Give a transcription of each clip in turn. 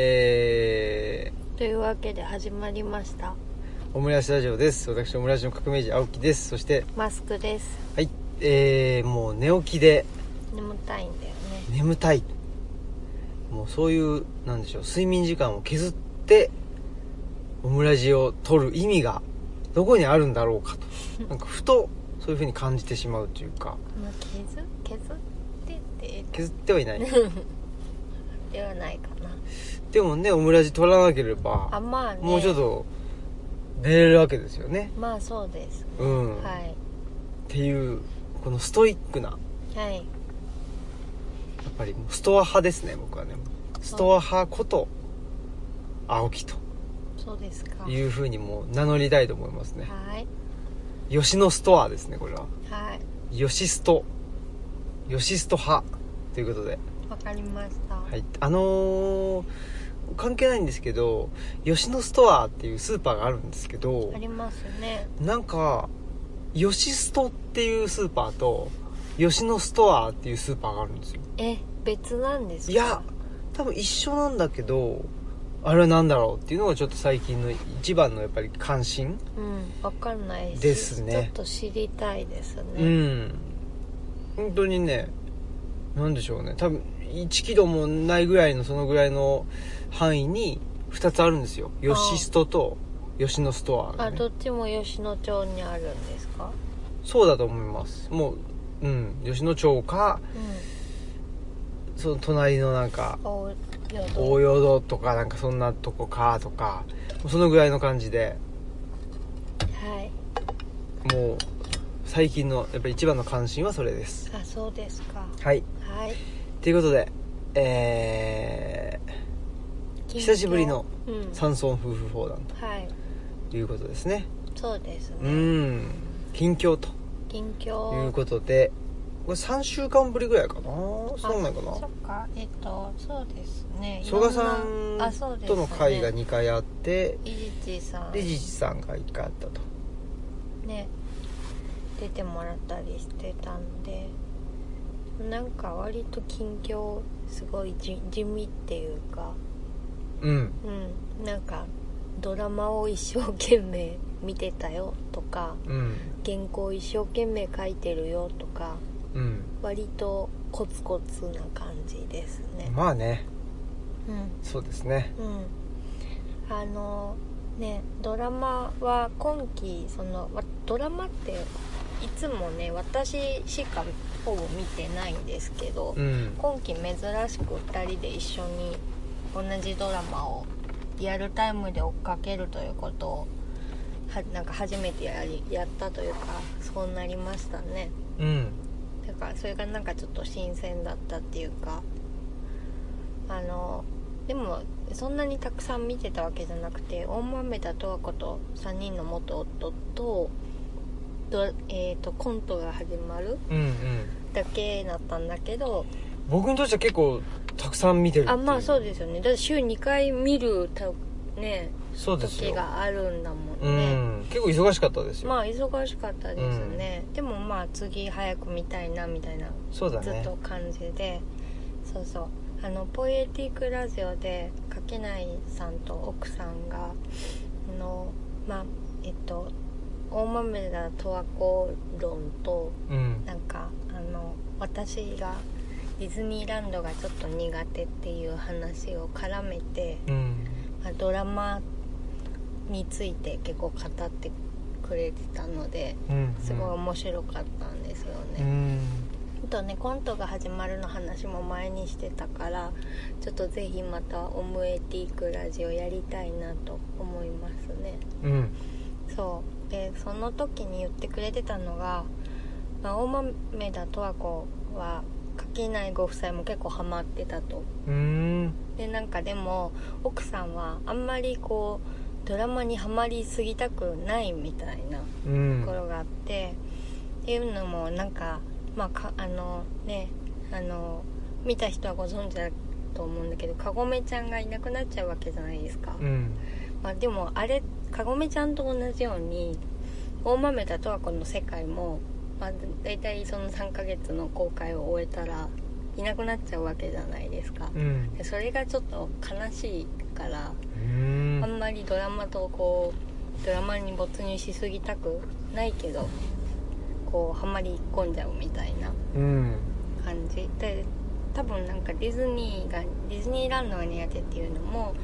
えというわけで始まりましたー、オムライスラジオです。私、オムライスの革命児、青木です。そして、マスクですはい、えー、もう寝起きで眠たいんだよね眠たい。もうそういう、なんでしょう、睡眠時間を削って、オムラジを取る意味が、どこにあるんだろうか と。なんか、ふと、そういう風に感じてしまうというか、まあ削削ってて削ってはいない。ではないかなでもね、オムラジ取らなけれあば、まあねもうちょっと、寝れるわけですよね。まあそうです、うん。はいっていうこのストイックなやはいっぱりもうストア派ですね僕はねストア派こと青木とそうですかはいいうふうにもう名乗りたいと思いますね吉野ストアですねこれはは吉スト吉スト派ということで、いわかりましたは、はいい、あのー関係ないんですけど吉野ストアっていうスーパーがあるんですけどありますねなんか吉ストっていうスーパーと吉野ストアっていうスーパーがあるんですよえ別なんですかいや多分一緒なんだけどあれは何だろうっていうのがちょっと最近の一番のやっぱり関心、うんわかんないしですねちょっと知りたいですね、うん本当にね何でしょうね多分1キロもないぐらいのそのぐらいの範囲に2つあるんですよああ吉ストと吉野ストアが、あどねっ、ちも吉野町にあるんですかそうだと思いますもううん吉野町かうんその隣のなんか青大淀淀堂とかなんかそんなとこかとかそのぐらいの感じではいもう最近のやっぱり一番の関心はそれですあそうですかはいはいということでえ久しぶりの近況うー、ん山村夫婦砲弾はいということですねそうですうねん近況と近いう況ことでこれ3週間ぶりぐらいかなそうなんかあそなっかえっとそうですね曽我いろんなあそさうんですとの会がね2回あっていじちさんでじじさんが1回あったとね出てもらったりしてたんでなんか割と近況すごい地地味っていうかうんうんなんかドラマを一生懸命見てたよとかうん原稿一生懸命書いてるよとかうん割とコツコツな感じですねまあねうそうですねんうんあのねドラマは今期そのわドラマっていつもね私しかほぼ見てないんですけど、うん今期珍しく2人で一緒に同じドラマをリアルタイムで追っかけるということをはなんか初めてやりやったというかそうなりましたねうんだからそれがなんかちょっと新鮮だったっていうかあのでもそんなにたくさん見てたわけじゃなくて大豆田十和子と3人の元夫とど、えー、とコントが始まるうんうんだけだったんだけど僕にとしては結構たくさん見てるっていあまあそうですよねだって週2回見るたねそうです時よがあるんだもんうね、ん、結構忙しかったですよ、まあ忙しかったですね、でもまあ次早く見たいなみたいなそうだずっねと感じでそうそうあのポエティックラジオで垣内さんと奥さんがあのまあえっと大豆田十和子論とうんなんかあの私がディズニーランドがちょっと苦手っていう話を絡めて、うんまあ、ドラマについて結構語ってくれてたのでうんすごい面白かったんですようね、んあとねコントが始まるの話も前にしてたからちょっとぜひまたオムエティークラジオやりたいなと思いますねうんそうでその時に言ってくれてたのが、まあ、大豆田十和子は垣内ご夫妻も結構ハマってたとうんでなんかでも奥さんはあんまりこうドラマにはまりすぎたくないみたいなうとんころがあって、っていうのもなんかまあかあのねあの見た人はご存知だと思うんだけどカゴメちゃんがいなくなっちゃうわけじゃないですか、うんまあ、でもあれかごめちゃんと同じように大豆田十和子の世界も、まあ、大体その3ヶ月の公開を終えたらいなくなっちゃうわけじゃないですかう、んでそれがちょっと悲しいから、うんあんまりドラマとこうドラマに没入しすぎたくないけどこうはまり込んじゃうみたいなうん感じで多分なんかディズニーがディズニーランドが苦手っていうのも、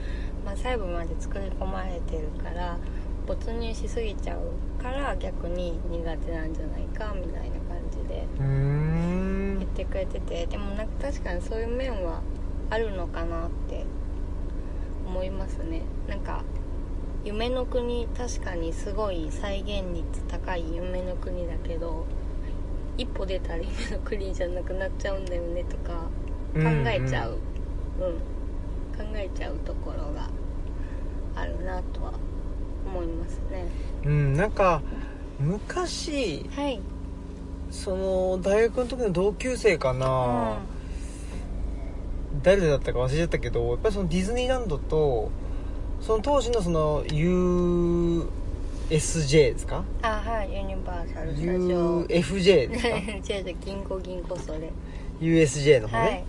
まあ、細部まで作り込まれてるから没入しすぎちゃうから逆に苦手なんじゃないかみたいな感じでうん言ってくれててでもなんか確かにそういう面はあるのかなって思いますねなんか夢の国確かにすごい再現率高い夢の国だけど一歩出たら夢の国じゃなくなっちゃうんだよねとか考えちゃううん、考えちゃうところがあるなとは思いますねうん、うんなんか昔はいその大学の時の同級生かな、う誰だったか忘れちゃったけどやっぱりそのディズニーランドとその当時のその USJ ですかんあはいユニバーサルスタジオ UFJ ですか 違う違う銀行銀行それ USJ の方ね、はい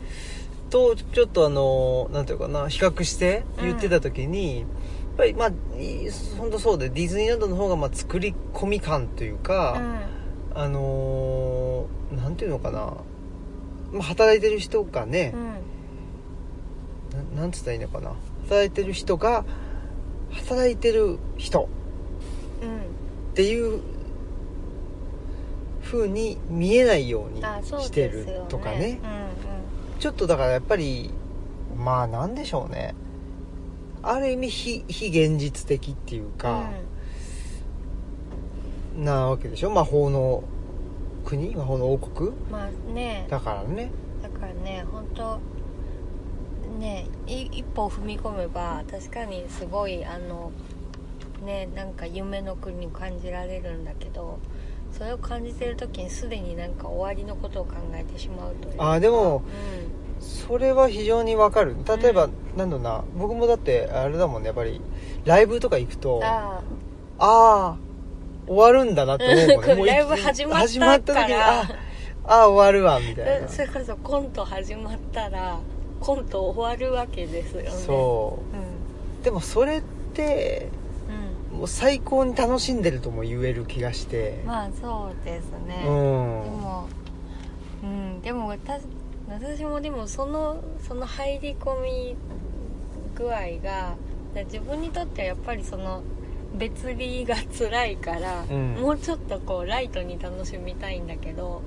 とちょっとあのなんていうかな比較してうん言ってた時に、やっぱりまあい本当そうでディズニーランドの方がまあ作り込み感といううか、んあのーなんていうのかな、まあ、働いてる人がね、うななんつったらいいのかな働いてる人が働いてる人んっていう風に見えないよううにんあそうしてでするよねとかねうんちょっとだからやっぱりまあなんでしょうねある意味非非現実的っていううんか、なわけでしょ魔法の国魔法の王国うんまあねだからねだからね本当ねい一歩踏み込めば確かにすごいあのねなんか夢の国感じられるんだけどそれを感じてる時にすでになんか終わりのことを考えてしまうというかあーでもうそれは非常にわかる例えば、うんなんだろうな僕もだってあれだもんねやっぱりライブとか行くとん、ああーあー終わるんだなって 思うもんねうんもういライブ始まったから始まった時にああー終わるわみたいえなそれこそコント始まったらコント終わるわけですよねそううでもそれってんうんもう最高に楽しんでるとも言える気がして、まあそうですね、うでんもうんでも私私もでもそのその入り込み具合が自分にとってはやっぱりその別離が辛いから、うんもうちょっとこうライトに楽しみたいんだけど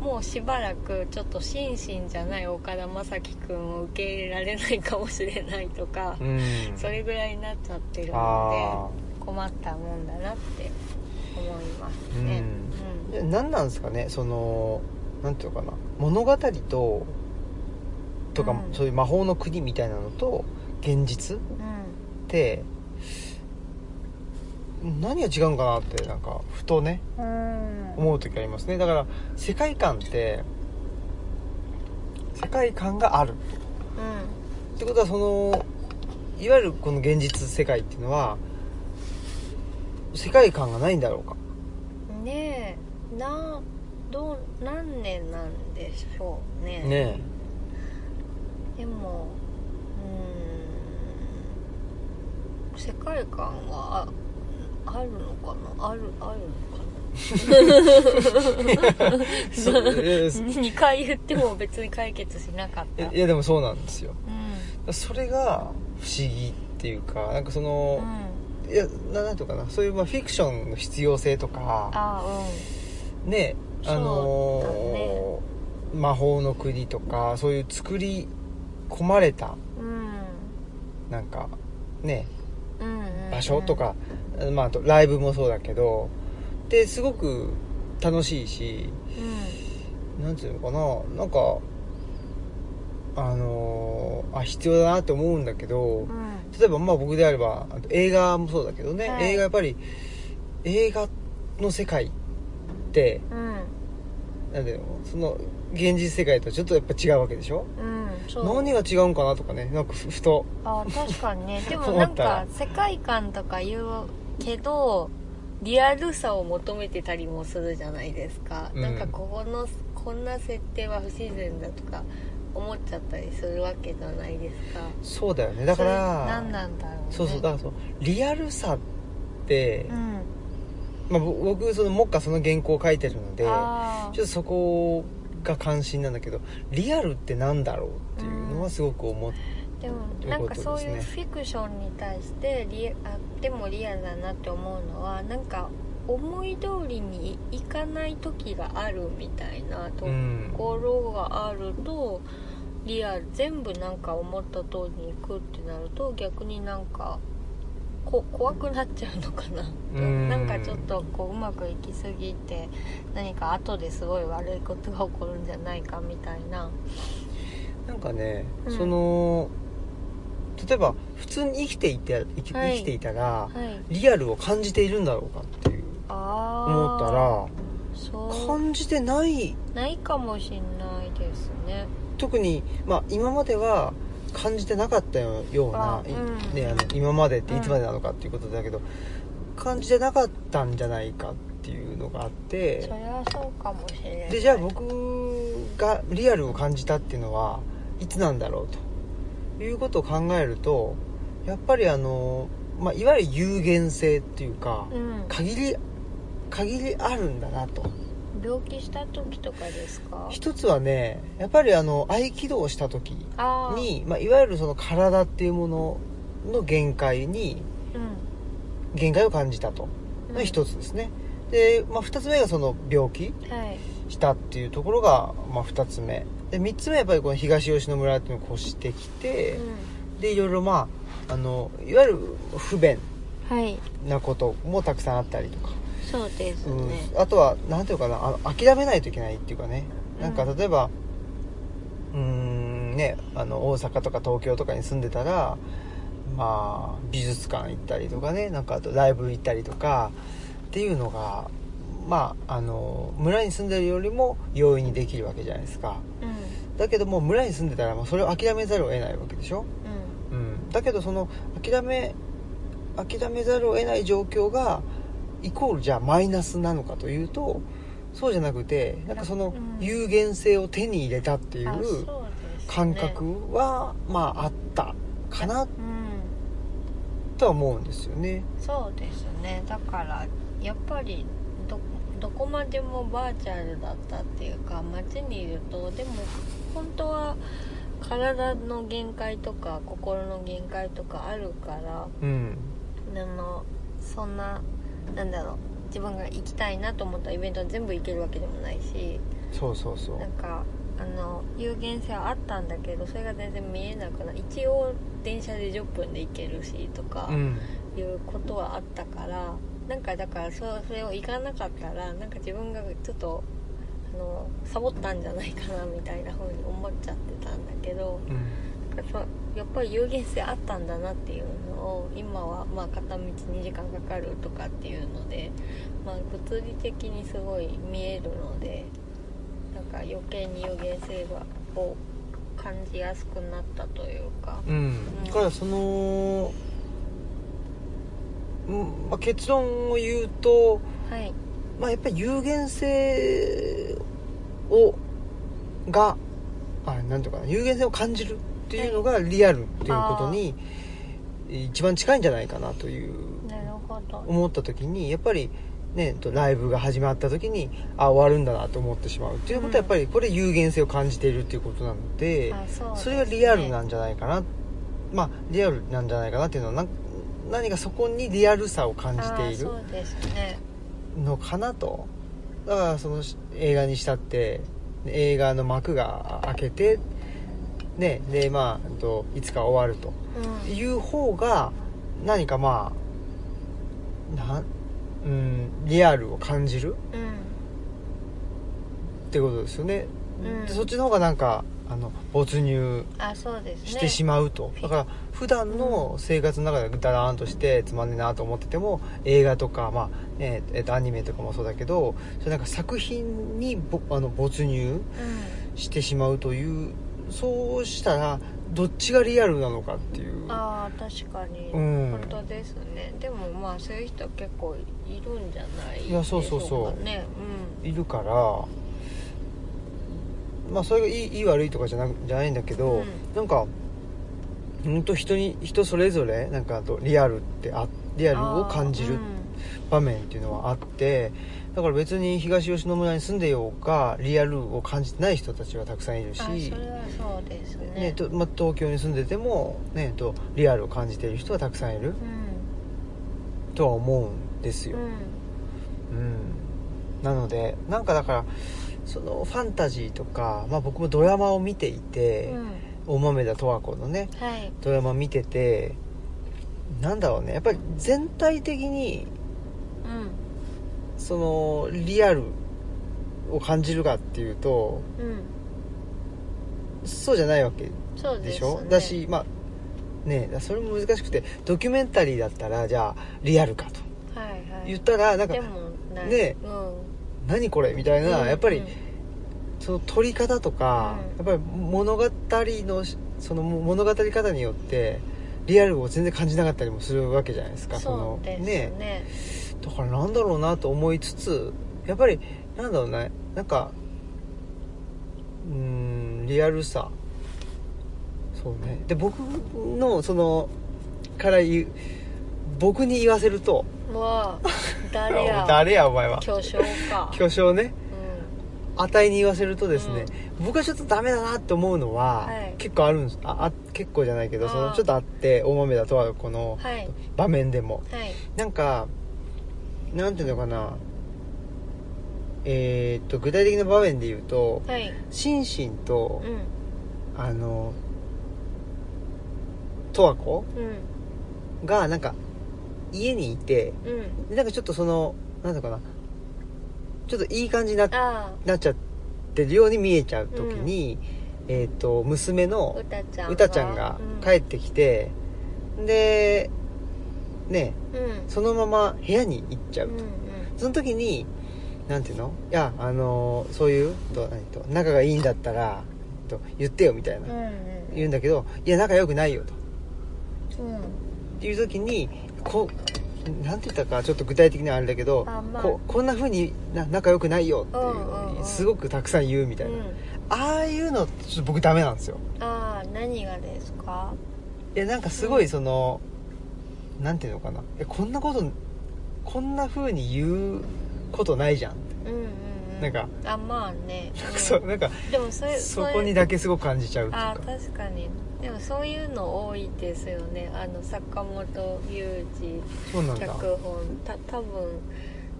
もうしばらくちょっと心身じゃない岡田将生君を受け入れられないかもしれないとか、うんそれぐらいになっちゃってるあので困ったもんだなって思いますーね。うんで何なんですかねそのなんていうのかな物語ととか、うんそういう魔法の国みたいなのと現実っうんうんて何が違うんかなってなんかふとねうん思う時ありますねだから世界観って世界観があるってことはそのいわゆるこの現実世界っていうのは世界観がないんだろうかうん、ねえなどう何年なんでしょうねねでもうーん世界観はああるのかなあるあるえそえのかな2回言っても別に解決しなかったいやでもそうなんですようんそれが不思議っていうかなんかそのう、んいやななんていうのかなそういうまあフィクションの必要性とかあねあそうだのねー魔法の国とかそういう作り込まれたうんうんなんかねうんうん場所とか、まあ、あとライブもそうだけどですごく楽しいしうんなんていうのかななんかあのーあ必要だなって思うんだけどうん例えばまあ僕であればあと映画もそうだけどね、はい映画やっぱり映画の世界ってうんなんていうのその現実世界とはちょっとやっぱ違うわけでしょうんそう何が違うんかなとかねなんかふふと あー確かにねでも思なっんたか世界観とか言うけどリアルさを求めてたりもするじゃないですか、うんなんかここのこんな設定は不自然だとか思っちゃったりするわけじゃないですかそうだよねだからそれ何なんだろう、ね、そうそうだからそのリアルさって、うんまあ、ぼ僕その目下その原稿を書いてるのでちょあっーとそこが関心なんだけどリアルってなんだろうっていうのはすごく思って、でもというなこんとかですねそういうフィクションに対してリあでもリアルだなって思うのはなんか思い通りにいかない時があるみたいなとうんころがあると、リアル全部なんか思った通りにいくってなると逆になんかこ怖くなっちゃうのかなうとんなんかちょっとこううまくいきすぎて何か後ですごい悪いことが起こるんじゃないかみたいな。なんかね、うんその例えば普通に生きていて生きはい生きていたら、はい、リアルを感じているんだろうかっていうあー思ったらそう感じてないないかもしんないですね特に、まあ、今までは感じてなかったような、あうんね、あの今までっていつまでなのかっていうことだけど、感じてなかったんじゃないかっていうのがあっそてりゃそうかもしれないでじゃあ僕がリアルを感じたっていうのはいつなんだろうということを考えるとやっぱりあの、まあ、いわゆる有限性っていうか、うん限り限りあるんだなと病気した時とかですか一つはねやっぱりあの合気道をした時あーにまあ、いわゆるその体っていうものの限界にうん限界を感じたとうん一つですね、で、まあ、二つ目がその病気はいしたっていうところが、まあ、二つ目で三つ目はやっぱりこの東吉野村っていうのを越してきて、でいろいろまああのいわゆる不便うんはいなこともたくさんあったりとか、そうですうんねあとは何ていうかなあの諦めないといけないっていうかねなんかうん例えばうーんねあの大阪とか東京とかに住んでたらまあ美術館行ったりとかねなんかあとライブ行ったりとかっていうのがまああの村に住んでるよりも容易にできるわけじゃないですかうんうんだけどもう村に住んでたらもうそれを諦めざるを得ないわけでしょ、うん、だけどその諦め諦めざるを得ない状況がイコールじゃあマイナスなのかというとそうじゃなくてなんかそのうん有限性を手に入れたっていあそううですね感覚は、まああったかなうんとは思うんですよね。そうですねだからやっぱりどどこまでもバーチャルだったっていうか街にいるとでも本当は体の限界とか心の限界とかあるからうん、あのそんななんだろう自分が行きたいなと思ったイベントは全部行けるわけでもないしそうそうそうなんかあの有限性はあったんだけどそれが全然見えなくな一応電車で10分で行けるしとか。うんいうことはあったからなんかだからそそれを行かなかったらなんか自分がちょっとあのサボったんじゃないかなみたいな風に思っちゃってたんだけどうんなんかそうやっぱり有限性あったんだなっていうのを今はまあ片道2時間かかるとかっていうので、まあ、物理的にすごい見えるのでなんか余計に有限性がを感じやすくなったというか。うん、だからその、うんまあ、結論を言うと、はい、まあ、やっぱり有限性をがあなんていうかな有限性を感じるっていうのがリアルっていうことに一番近いんじゃないかなというなるほど思った時にやっぱりねとライブが始まった時にあ終わるんだなと思ってしまうっていうことはやっぱりこれ有限性を感じているっていうことなので。あそうですねそれがリアルなんじゃないかな、まあリアルなんじゃないかなっていうのはな何かそこにリアルさを感じていあーるそうですねのかなとだからそのし映画にしたって映画の幕があ開けてねでまあうんといつか終わるとうんいう方が何かまあなんうんリアルを感じるってことですよね、うんでそっちの方がなんかあの没入あそうですねしてしまうと、だから普段の生活の中でダラーンとしてつまんねえなと思ってても映画とか、まあえーえーとアニメとかもそうだけどそれなんか作品にぼあの没入うしてしまうというそうしたらどっちがリアルなのかっていうああ確かに、うん本当ですねでもまあそういう人結構いるんじゃないいやそうそうそうでしょかねいるからまあそれがいいいい悪いとかじゃなじゃないんだけど、うんなんか本当人に人それぞれなんかあとリアルってあリうアんルを感じる場面っていうのはあってだから別に東吉野村に住んでようがリアルを感じてない人たちはたくさんいるしあーうん、あそれはそうですねねとまあ、東京に住んでても、ね、とリアルを感じている人はたくさんいるうんとは思うんですよ、うん、なのでなんかだからそのファンタジーとか、まあ、僕もドラマを見ていて、うん、うん、大豆田十和子のねはいドラマ見ててなんだろうねやっぱり全体的にそのリアルを感じるかっていうとうんうんそうじゃないわけそうでです、ね、しょだしまあねえそれも難しくてドキュメンタリーだったらじゃあリアルかとはいはい言ったらなんかでもないねう何これみたいん、な、やっぱりうんその撮り方とか、うんやっぱり物語のしその物語り方によってリアルを全然感じなかったりもするわけじゃないですかそうですのねねだからなんだろうなと思いつつやっぱりなんだろうねなんかうーんリアルさそうねで僕のそのから言う僕に言わせるとうわ誰「や 誰やお前は」巨匠か巨匠ねうん値に言わせるとですね、僕はちょっとダメだなって思うのは、はい結構あるんですああ結構じゃないけどあーそのちょっとあって大豆だとはこのはい場面でもはいなんかなんていうのかなえーっと具体的な場面で言うとはいシンシンとう、んあの十和子うんがなんか家にいてうんなんかちょっとそのなんていうのかなちょっといい感じになっあなっちゃってるように見えちゃう時に、えっ、と娘あのうたちゃんうたちゃんが帰っってきて、でねうんうんそのまま部屋に行っちゃううと、んその時になんていうのいやあのそういうと何と仲がいいんだったらと言ってよみたいな、うん言うんだけどいや仲良くないよとうんっていう時にこうなんて言ったかちょっと具体的にはあれだけど、あまあこうこんな風にな仲良くないよっていううんうんのうんにすごくたくさん言うみたいな、うんああいうのちょっと僕ダメなんですよああ何がですかいやなんかすごいその、なんていうのかなえこんなことこんな風に言うことないじゃん、うんうんうんなんかあまあねなんかう んそうなんかでもそれそれこにだけすごく感じちゃうっていうあかー確かにでもそういうの多いですよねあの坂本雄二そうなんだ脚本た多分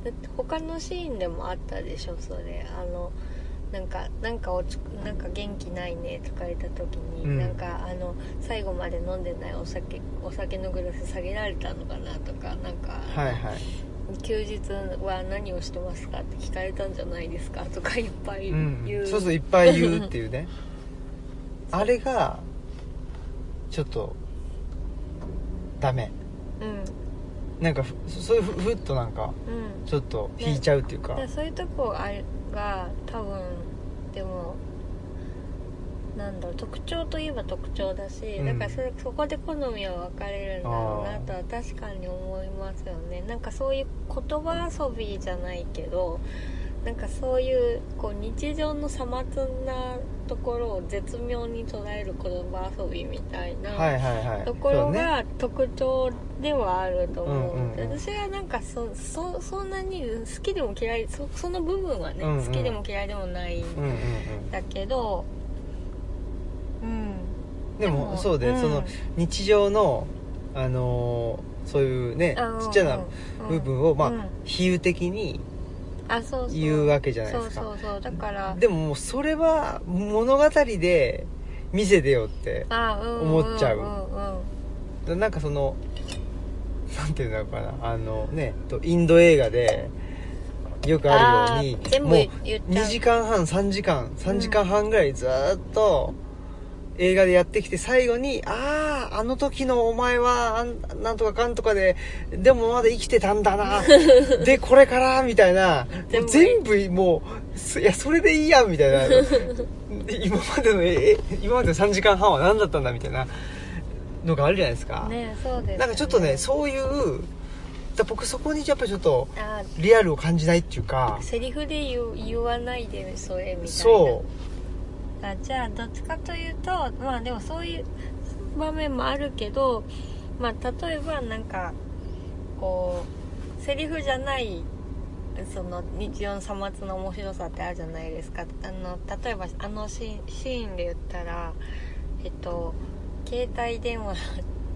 だって他のシーンでもあったでしょそれあのなんかなんかおつなんか元気ないねとか言った時に、うんなんかあの最後まで飲んでないお酒お酒のグラス下げられたのかなとかなんか、はいはい休日は何をしてますかって聞かれたんじゃないですかとかいっぱいう言う、ん、そうそういっぱい言うっていう ねあれがちょっとダメうんなんかふそそういうふふっとなんかうんちょっと引いちゃうっていうか、だからそういうとこあれが多分でもなんだろう特徴といえば特徴だし、うんだからそれそこで好みは分かれるんだろうなとは確かに思いますよねなんかそういう言葉遊びじゃないけどなんかそういうこう日常のさまつなところを絶妙に捉える言葉遊びみたいな、はいはいはいところそうねが特徴ではあると思ううんうんうん私はなんかそそそんなに好きでも嫌いそその部分はね、うんうん好きでも嫌いでもないんうんうんうんだけどうんでもそうで、んその日常のあのーそういうねあうんちっちゃなうん部分をまあうん比喩的にあそうそう言うわけじゃないそでうすそかうそうだからでももうそれは物語で見せてよってあ、うんうん、思っちゃうんうんなんかそのなんていうのかなあのねとインド映画でよくあるようあーに全部もう言っちゃう2時間半3時間3時間半ぐらいずーっと映画でやってきて最後に「あああの時のお前はあんなんとかかんとかで でもまだ生きてたんだなでこれから」みたいな全部全部もうそいやそれでいいやんみたいなで今までのえ今までの3時間半は何だったんだみたいなのがあるじゃないですか、ねそうです、ね、なんかちょっとねそういうだ僕そこにやっぱりちょっとあリアルを感じないっていうかセリフで言う言わないでそれみたいなそうあじゃあどっちかというとまあでもそういう場面もあるけど、まあ、例えばなんかこうセリフじゃないその日常のさまつの面白さってあるじゃないですかあの例えばあのシーンシーンで言ったらえっと携帯電話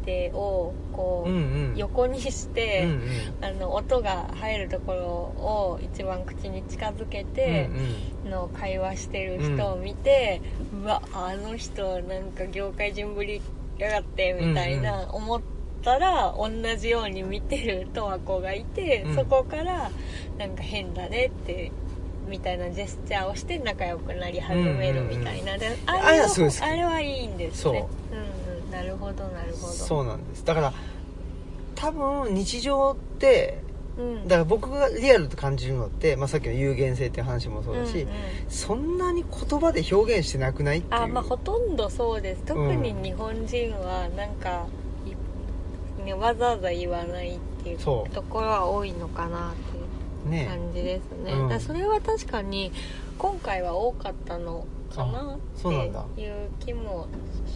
でをこう、うんうん横にして、うんうんあの音が入るところを一番口に近づけて、うんうんの会話してる人を見て、うわあの人なんか業界人ぶりやがってみたいな思ったら、同じように見てる十和子がいて、うんそこからなんか変だねってみたいなジェスチャーをして仲良くなり始めるみたいな、でああれれははそうですあれはいいんですそうねうんうんなるほどなるほどそうなんですだから多分日常ってうんだから僕がリアルと感じるのって、まあ、さっきの有限性っていう話もそうだし、んんそんなに言葉で表現してなくないっていうあまあほとんどそうです特に日本人はなんか、いね、わざわざ言わないっていうそうところは多いのかなっていうね感じですね、うんだからそれは確かに今回は多かったのかなそうなんだっていう気も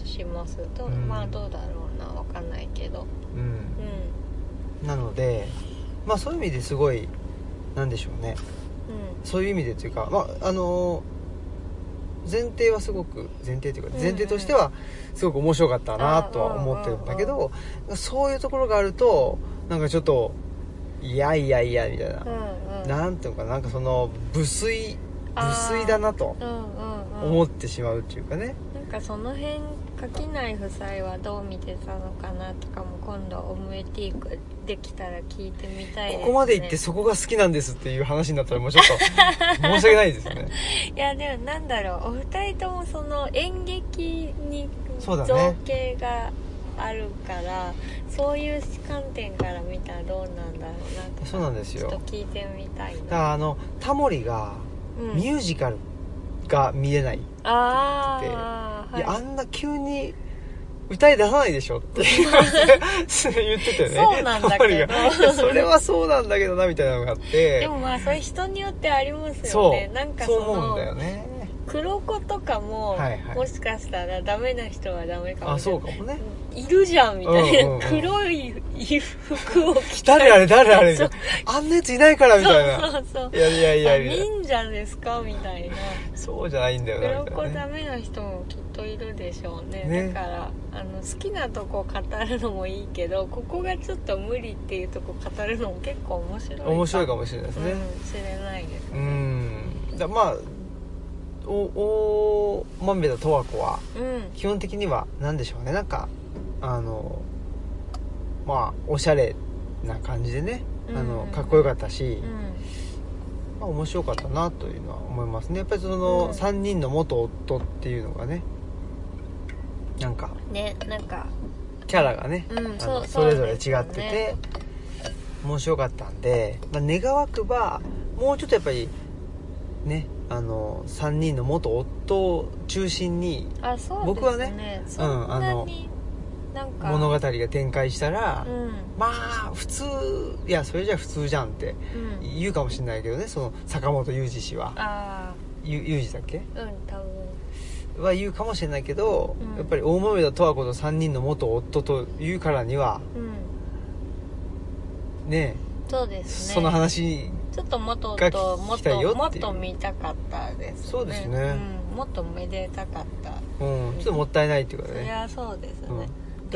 しますと、うんまあどうだろうなわかんないけどうんうなのでまあそういう意味ですごいなんでしょうねんうんそういう意味でというかまああのー前提はすごく前提というかうんうん前提としてはすごく面白かったなとは思ってるんだけど、そういうところがあるとなんかちょっといやいやいやみたいな、うんうんなんていうのかななんかその無粋あー無粋だなとうんうんうん思ってしまうっていうかね、なんかその辺書きない夫妻はどう見てたのかなとかも今度オムエティークできたら聞いてみたいです、ね、ここまで行ってそこが好きなんですっていう話になったらもうちょっと申し訳ないですよねいやでもなんだろうお二人ともその演劇にそうだね造形があるからそう,、いう観点から見たらどうなんだろうなとかそうなんですちょよっだとか聞いてみたいな、らあのタモリがうん、ミュージカルが見えない、ああいやあはんな急に歌い出さないでしょって言ってたよ ねそうなんだけどタモリがいやそれはそうなんだけどなみたいなのがあっいてでもまあそれ人によってありますよそねうなんかそそうの思うんだよね黒子とかも、はいはいもしかしたらダメな人はダメかもあしそれうなかもねいいるじゃんみたいな、うんうんうん黒い服を着た誰あれ誰あれみ そたういなあんなやついないからみたいなそうそういやいやいあやいや忍者ですかみたいなそうじゃないんだよな黒み子たいなダねメな人もきっといるでしょうねねだからあの好きなとこ語るのもいいけどここがちょっと無理っていうとこ語るのも結構面白い面白いかももしれないですしれ,、ねうん、しれないですうんだまあおおまんべだとわ子はうん基本的には何でしょうねなんかあのまあおしゃれな感じでねあうのんかっこよかったし、うんまあ、面白かったなというのは思いますねやっぱりそうんの3人の元夫っていうのがねなんかねなんかキャラがね、うんあそのうそれぞれ違ってそうですて、よね面白かったんで、まあ、願わくばもうちょっとやっぱりねあの3人の元夫を中心にあそうです、ね、僕はそんあなのになんか物語が展開したら、うんまあ普通いやそれじゃ普通じゃんってうん言うかもしれないけどねその坂本雄二氏はあゆ雄二だっけあうん多分は言うかもしれないけど、うんやっぱり大豆田十和子と3人の元夫というからにはうんねそうですねその話ちょっともっとがとも聞っきたいよともっっていうと見たかったですねそうですねうん、もっとめでたかった、うん、ちょっともったいないっていうかそりね、ゃそうですね、うん、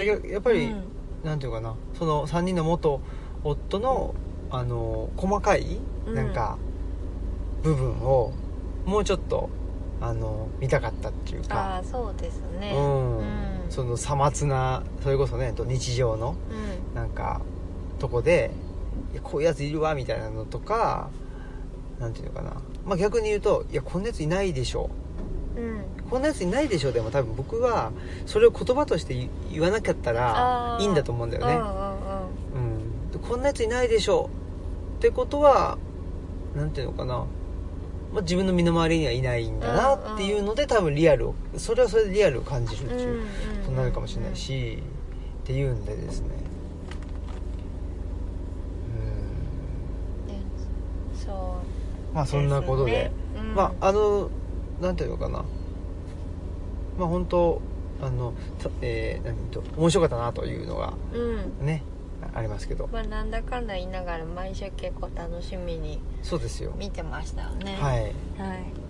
やだっけどやっぱり、なんていうかなその3人の元夫のあの細かいうんなんか部分をもうちょっとあの見たかったっていうあか、あそうですねうんうんそのさまつなそれこそねと日常のうんなんかとこで「いやこういうやついるわ」みたいなのとかなんていうのかな、まあ、逆に言うと「いやこんなやついないでしょうんこんなやついないでしょ」でも多分僕はそれを言葉として言言わなかったらあーいいんだと思うんだようんうね、んうんでこんなやついないでしょってことはなんていうのかなまあ、自分の身の回りにはいないんだなっていうので、多分リアルをそれはそれでリアルを感じるっていうことになるかもしれないし、っていうんでですねねそうんまあそんなことですねうんまああのなんていうのかなまあ本当あの、たえー何と面白かったなというのがううんねありますけどまあなんだかんだ言いながら毎週結構楽しみにそうですよ見てましたよね、はいいはい、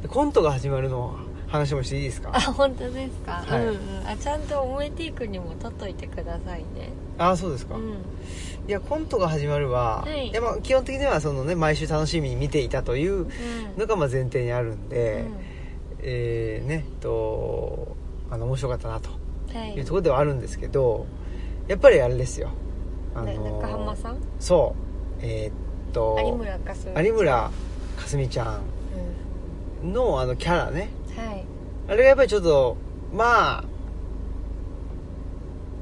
でコントが始まるの話もしていいですかあ本当ですか、はいうんうんあちゃんと思えていくにも取っといてくださいねああそうですか、ういんやコントが始まるは、はいやまあ基本的にはそのね毎週楽しみに見ていたというのがまあ前提にあるんうんで、えーねえっとあの面白かったなとうんはいいうところではあるんですけどやっぱりあれですよあねの中浜さんそうえーっと有村架純有村架純ちゃうんのあのキャラねんはいあれがやっぱりちょっとまあ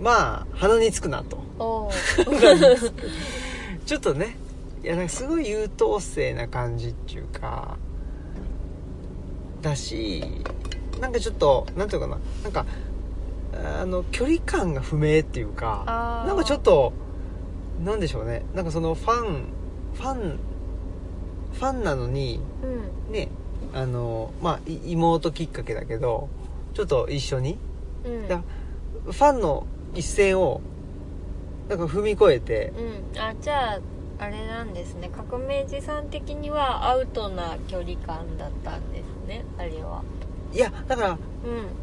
まあ鼻につくなとおー ちょっとねいやなんかすごい優等生な感じっていうかだしなんかちょっとなんていうのかななんかあの距離感が不明っていうかあーなんかちょっとなんでしょうねなんかそのファンファンファンなのにうんねあのまあい妹きっかけだけどちょっと一緒にうんだファンの一線をなんか踏み越えてうんあじゃああれなんですね革命児さん的にはアウトな距離感だったんですねあれはいやだから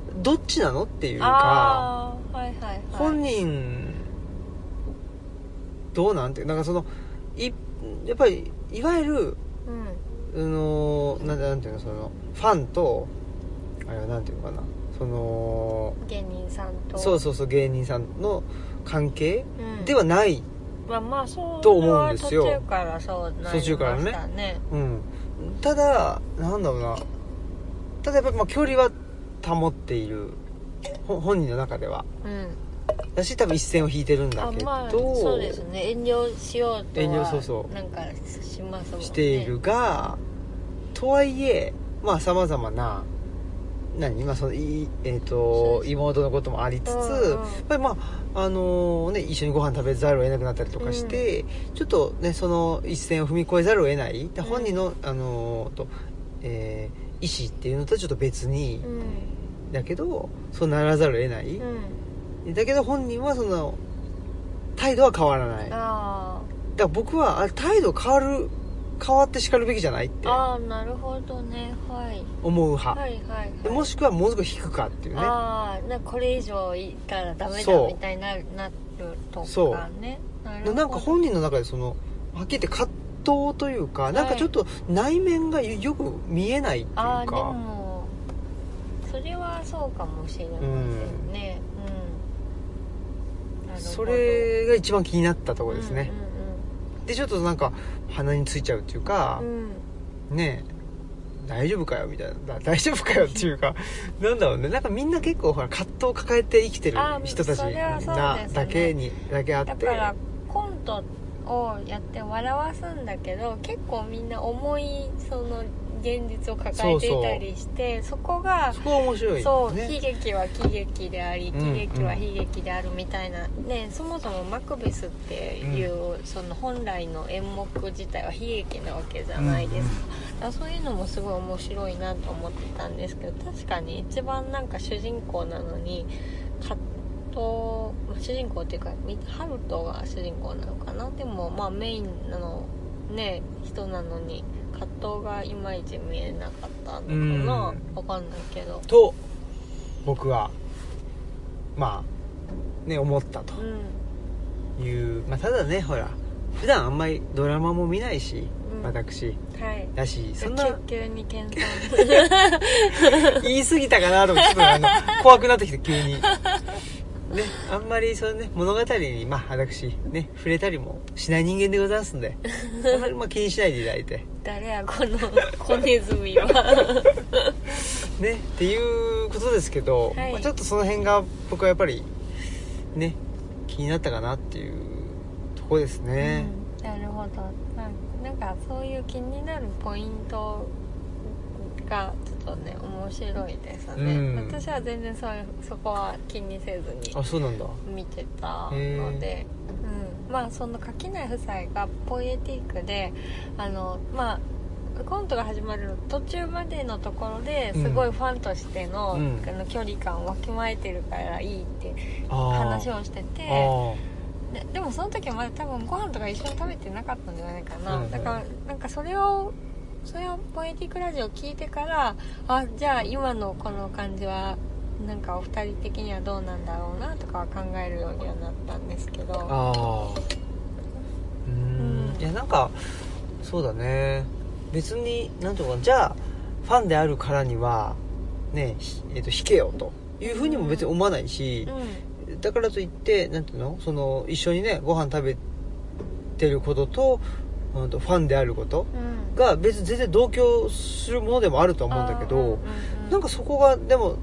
うんどっちなのっていうかああはいはいはい本人どうなんていうなんかそのいやっぱりいわゆるうんあのなんなんていうのそのファンとあれはなんていうのかなその芸人さんとそうそうそう芸人さんの関係うんではない、まあまあそうと思うんですよ途中からそうなりましたね途中からうん、ただなんだろうなただやっぱりまあ距離は保っているほ本人の中ではうんだし多分一線を引いてるんだあけど、まあそうですね遠慮しようとは遠慮そうそうなんかしますもんねしているが、とはいえまあさまざまな何まあそのいえー、そうとです妹のこともありつつ、うんうんやっぱりまああのね一緒にご飯食べざるを得なくなったりとかして、ちょっとねその一線を踏み越えざるを得ないでうん本人の、あのと、えー意思っていうのとはちょっと別にう、んだけどそうならざるを得ない、うんだけど本人はその態度は変わらないだかあら僕はあれ態度変わる変わって叱るべきじゃないってーあーなるほどねはい思う派、はいはいはいでもしくはもう少し引くかっていうねああなんかこれ以上いったらダメそだうみたいになるなるとそうかねなるほどなんか本人の中でそのはっきり言って葛藤というか、なんかちょっと内面がよく見えないっていうああでかもそれはそうかもしれませんねうん、なるほどそれが一番気になったところですね、うでちょっとなんか鼻についちゃうっていうかんう、んうんうんねえ大丈夫かよみたいなだ 大丈夫かよっていうかなんだろうねなんかみんな結構ほら葛藤を抱えて生きてるあー人たちそれはそうなですねだけにだけあってだからコントをやって笑わすんだけど結構みんな重いその現実を抱えていたりしてそこがそこは面白いねそう、悲劇は喜劇でありうん喜劇は悲劇であるみたいな、ねそもそもマクベスっていう、その本来の演目自体は悲劇なわけじゃないですか,、そういうのもすごい面白いなと思ってたんですけど確かに一番なんか主人公なのに葛藤主人公っていうかみハルトが主人公なのかなでもまあメインのね人なのに葛藤がいまいち見えなかったのうかな、んわかんないけどと僕はまあね思ったとういう、まあ、ただねほら普段あんまりドラマも見ないし、うん私ん、はい。だしそん急な急に検索。言い過ぎたかなとかちょっとあの怖くなってきて急に。ね、あんまりそのね物語にまあ私ね触れたりもしない人間でございますん であんまりまあ気にしないでいただいて 誰やこの小ネズミは。ねっていうことですけど、はいまあ、ちょっとその辺が僕はやっぱりね気になったかなっていうとこですね、うんなるほど。まあなんかそういう気になるポイントがちょっとね面白いですね、うん私は全然そういうそこは気にせずにあそうなんだ見てたので、うん、まあその垣内夫妻がポエティックであのまあコントが始まる途中までのところでうんすごいファンとしての,、うんあの距離感をわきまえてるからいいってああ話をしててあででもその時はまだ多分ご飯とか一緒に食べてなかったんじゃないかな、うんだからなんかそれをそれをポエティックラジオ聞いてからあじゃあ今のこの感じはなんかお二人的にはどうなんだろうなとかは考えるようにはなったんですけどああうーんうんいやなんかそうだね別になんとかじゃあファンであるからにはねひえっと弾けよというふうにも別に思わないし、うだからといってなんていうのその一緒にねご飯食べてることとうんとファンであることんうんが別に全然同居するものでもあるとは思うんだけど、なんかちそこがでも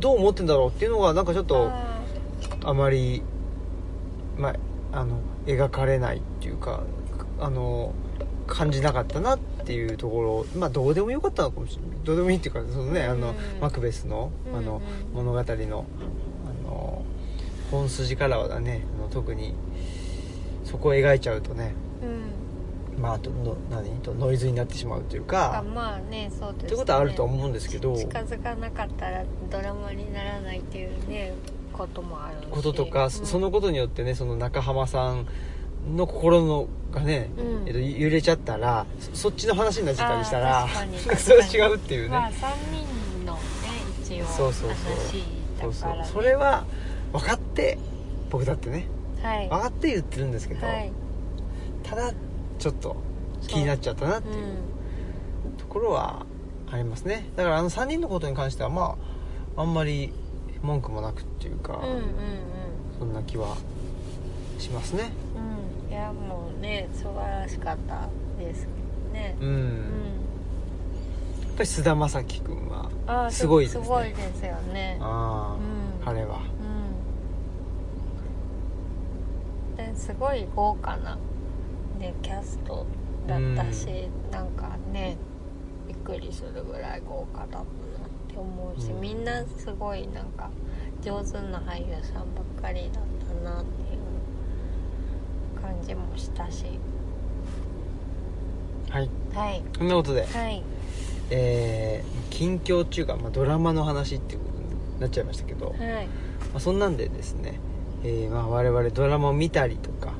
どう思ってんだろうっていうのがなんかちょっとあまり、まあ、あの描かれないっていうかあの感じなかったなっていうところまあどうでもよかったのかもしれないどうでもいいっていうかそのね、あうのんマクベスのあの、うん物語のあの本筋からはねあの特にそこを描いちゃうとねうんまああとの何とノイズになってしまうというかあまあねそうですねということはあるとは思うんですけど近づかなかったらドラマにならないっていうねこともあるしこととか、そのことによってねその中浜さんの心のがね、うんえっと、揺れちゃったらそそっちの話になっちゃったりしたあらー確か にそれは違うっていうね、まあ3人のね一応そうそうそう話だから、ね、そうそうそれは分かって僕だってねはい分かって言ってるんですけど、はいただちょっと気になっちゃったなっていうところはありますねだからあの3人のことに関してはまああんまり文句もなくっていうか、うん、うんうんそんな気はしますねうんうんいやもうね素晴らしかったですねうん、うんやっぱり菅田将暉君はあーすごいですねすごいですよねあうんあ、彼はうんですごい豪華な、ね、キャストだったし、なんかねびっくりするぐらい豪華だったなって思うし、うんみんなすごいなんか上手な俳優さんばっかりだったなっていう感じもしたしはいはいそんなことではいえー近況中か、まあ、ドラマの話っていうことになっちゃいましたけど、まはいあ、そんなんでですね、えーまあ、我々ドラマを見たりとか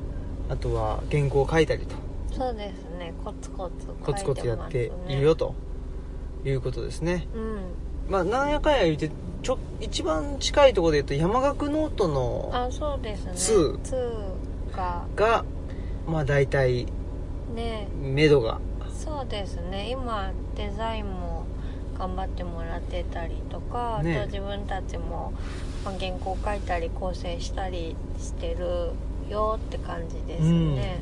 あとは原稿を書いたりとそうですねコツコツコツコツやっているよということですね書いてますねまあなんやかんや言ってちょ一番近いところで言うと山岳ノートうんのあそうですねツー2ががまあ大体ね目処がそうですね今デザインも頑張ってもらってたりとか、ねあと自分たちもまあ原稿書いたり構成したりしてるよって感じですね、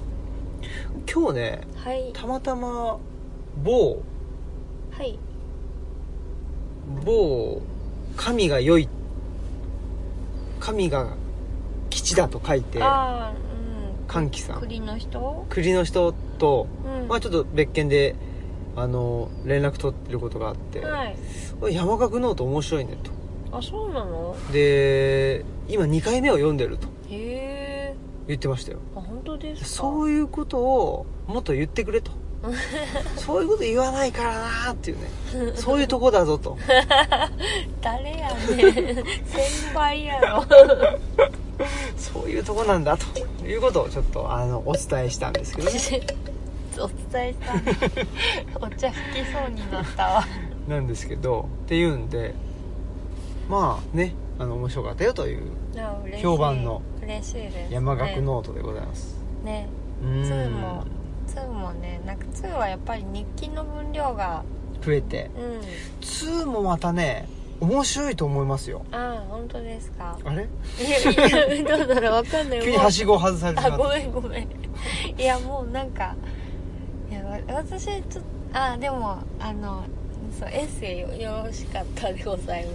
今日ねはいたまたま某はい某神が良い神が基地だと書いてああ歓喜うさんん栗の人栗の人と、うんまあ、ちょっと別件であの連絡取ってることがあってはい「おい山岳ノート面白いね」とあそうなので今2回目を読んでるとへえ言ってましたよあ本当ですかそうういうことをもっと言ってくれ とそういうこと言わないからなーっていうねそういうとこだぞ と誰や ねん先輩やろそういうとこなんだということをちょっとあのお伝えしたんですけどね お伝えしたお茶吹きそうになったわなんですけどっていうんでまあねあの面白かったよというあ嬉しい評判の嬉しいです、ね、山岳ノートでございます、ねうーんそうも2もねなんか2はやっぱり日記の分量が増えてうん2もまたね面白いと思いますよああ本当ですかあれいやいやどうだろうわかんない急にもうはしごを外されてしあまっごためんごめんいやもうなんかいやわ私ちょっとああでもあのそうエッセイよよろしかったでござい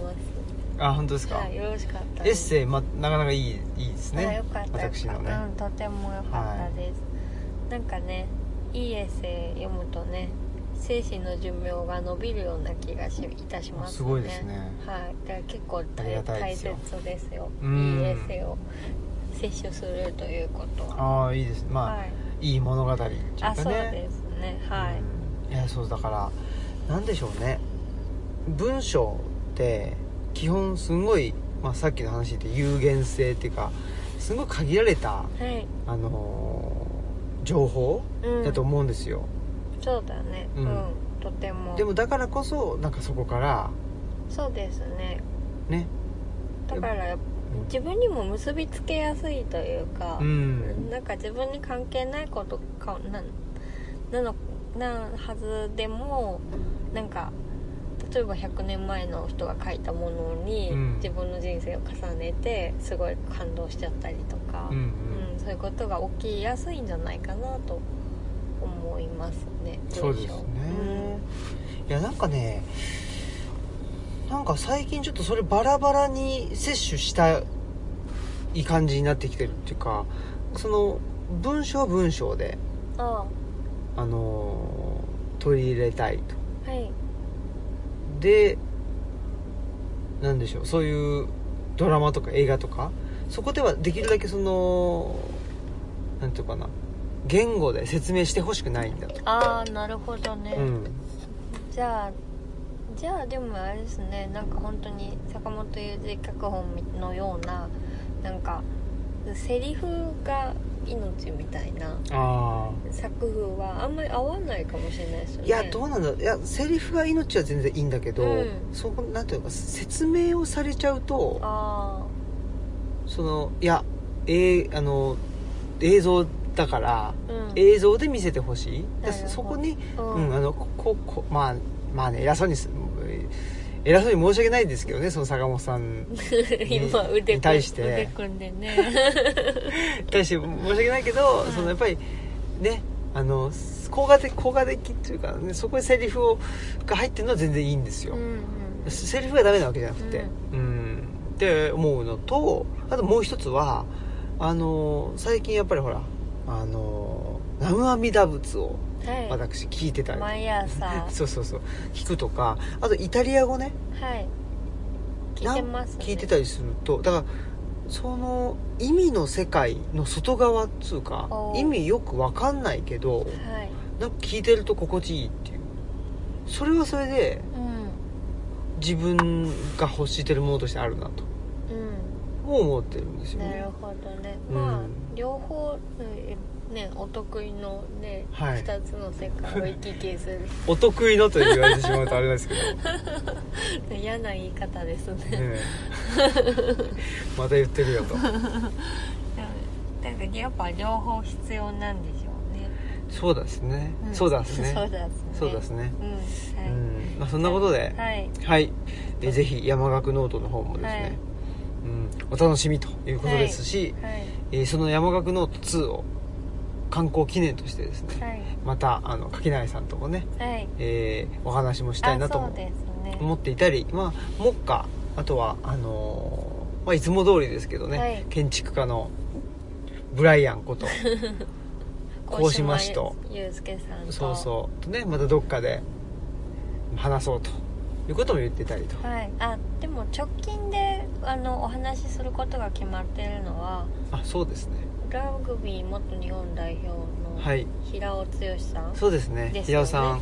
まあ本当ですすか、はいよろしかったエでッすセイ、ま、なかなかいいいいですあよねかった私のねよかったうん、とてもよかったです、なんかねいいエッセイ読むとね精神の寿命が伸びるような気がしいたしますねすごいですねはい、だから結構ありが大たいで大すよ切ですよういいんですよ摂取するということはああいいですねまあ、はい、い、い物語っていうかねあそうですねはい、うんいやそうだから何でしょうね文章って基本すごい、まあ、さっきの話で有限性っていうかすごい限られた、はい、あのー情報うん、だと思うんですよ、そうだねううんん、とてもでもだからこそなんかそこからそうですねねだから自分にも結びつけやすいというかう、んなんか自分に関係ないことかななのなはずでもなんか例えば100年前の人が書いたものに、うん自分の人生を重ねてすごい感動しちゃったりとか、うんうんうんそういうことが起きやすいんじゃないかなと思いますねそうですねういん、やなんかねなんか最近ちょっとそれバラバラに摂取したい感じになってきてるっていうかその文章は文章で、ああのー取り入れたいとあはいでなんでしょうそういうドラマとか映画とかそこではできるだけそのなんていうかな言語で説明してほしくないんだと、ああなるほどね、うん、じゃあじゃあでもあれですねなんか本当に坂本雄二脚本のようななんかセリフが命みたいなあ作風はあんまり合わないかもしれないですよねいやどうなんだろういやセリフが命は全然いいんだけど、うんそこなんていうか説明をされちゃうとあそのいや、えーあの映像だからあうん映像で見せてほしいだなるほどそこにうんうん、あのこここまあまあね偉そうにす偉そうに申し訳ないですけどねその坂本さん 今腕組んに対して腕組んでねに対して申し訳ないけど、いそのやっぱりねあの効果的効果的っていうか、ね、そこにセリフをが入ってるのは全然いいんですうよ、んセリフがダメなわけじゃなくてうん、って思うのとあともう一つはあの最近やっぱりほらあの南無阿弥陀仏をうんはい、私聞いてたり、毎朝はそうそうそう聞くとかあとイタリア語ねい聞いてます、ね、聞いてたりするとだからその意味の世界の外側っつうかおー意味よく分かんないけどはいなんか聞いてると心地いいっていうそれはそれでうん自分が欲してるものとしてあるなとうんもう思ってるんですよなねるほどね、うんまあ両方うんねお得意のね、はい2つの世界を行き来す るお得意のと言われてしまうとあれですけ ど、嫌な言い方ですねねえ、 また言ってるよとだからやっぱ両方必要なんでしょうね、そうですね、んそうだすね そうだっすねそうだすねうんはい、うんまあ、そんなことで、はいはい、えーぜひ山岳ノートの方もですね、はいうん、お楽しみということですし、はいえーその山岳ノート2を観光記念としてですね、はいまたあの垣内さんともね、はいえーお話もしたいなとあそうもですね思っていたり、まあ、目下あとはあのーまあ、いつも通りですけどね、はい建築家のブライアン ことこうしましとゆうすけさんとそうそうとねまたどっかで話そうということも言ってたりと、はい、あでも直近であのお話しすることが決まってるのはあそうですねラグビー元日本代表のはい平尾剛さんそうですねです平よね尾さん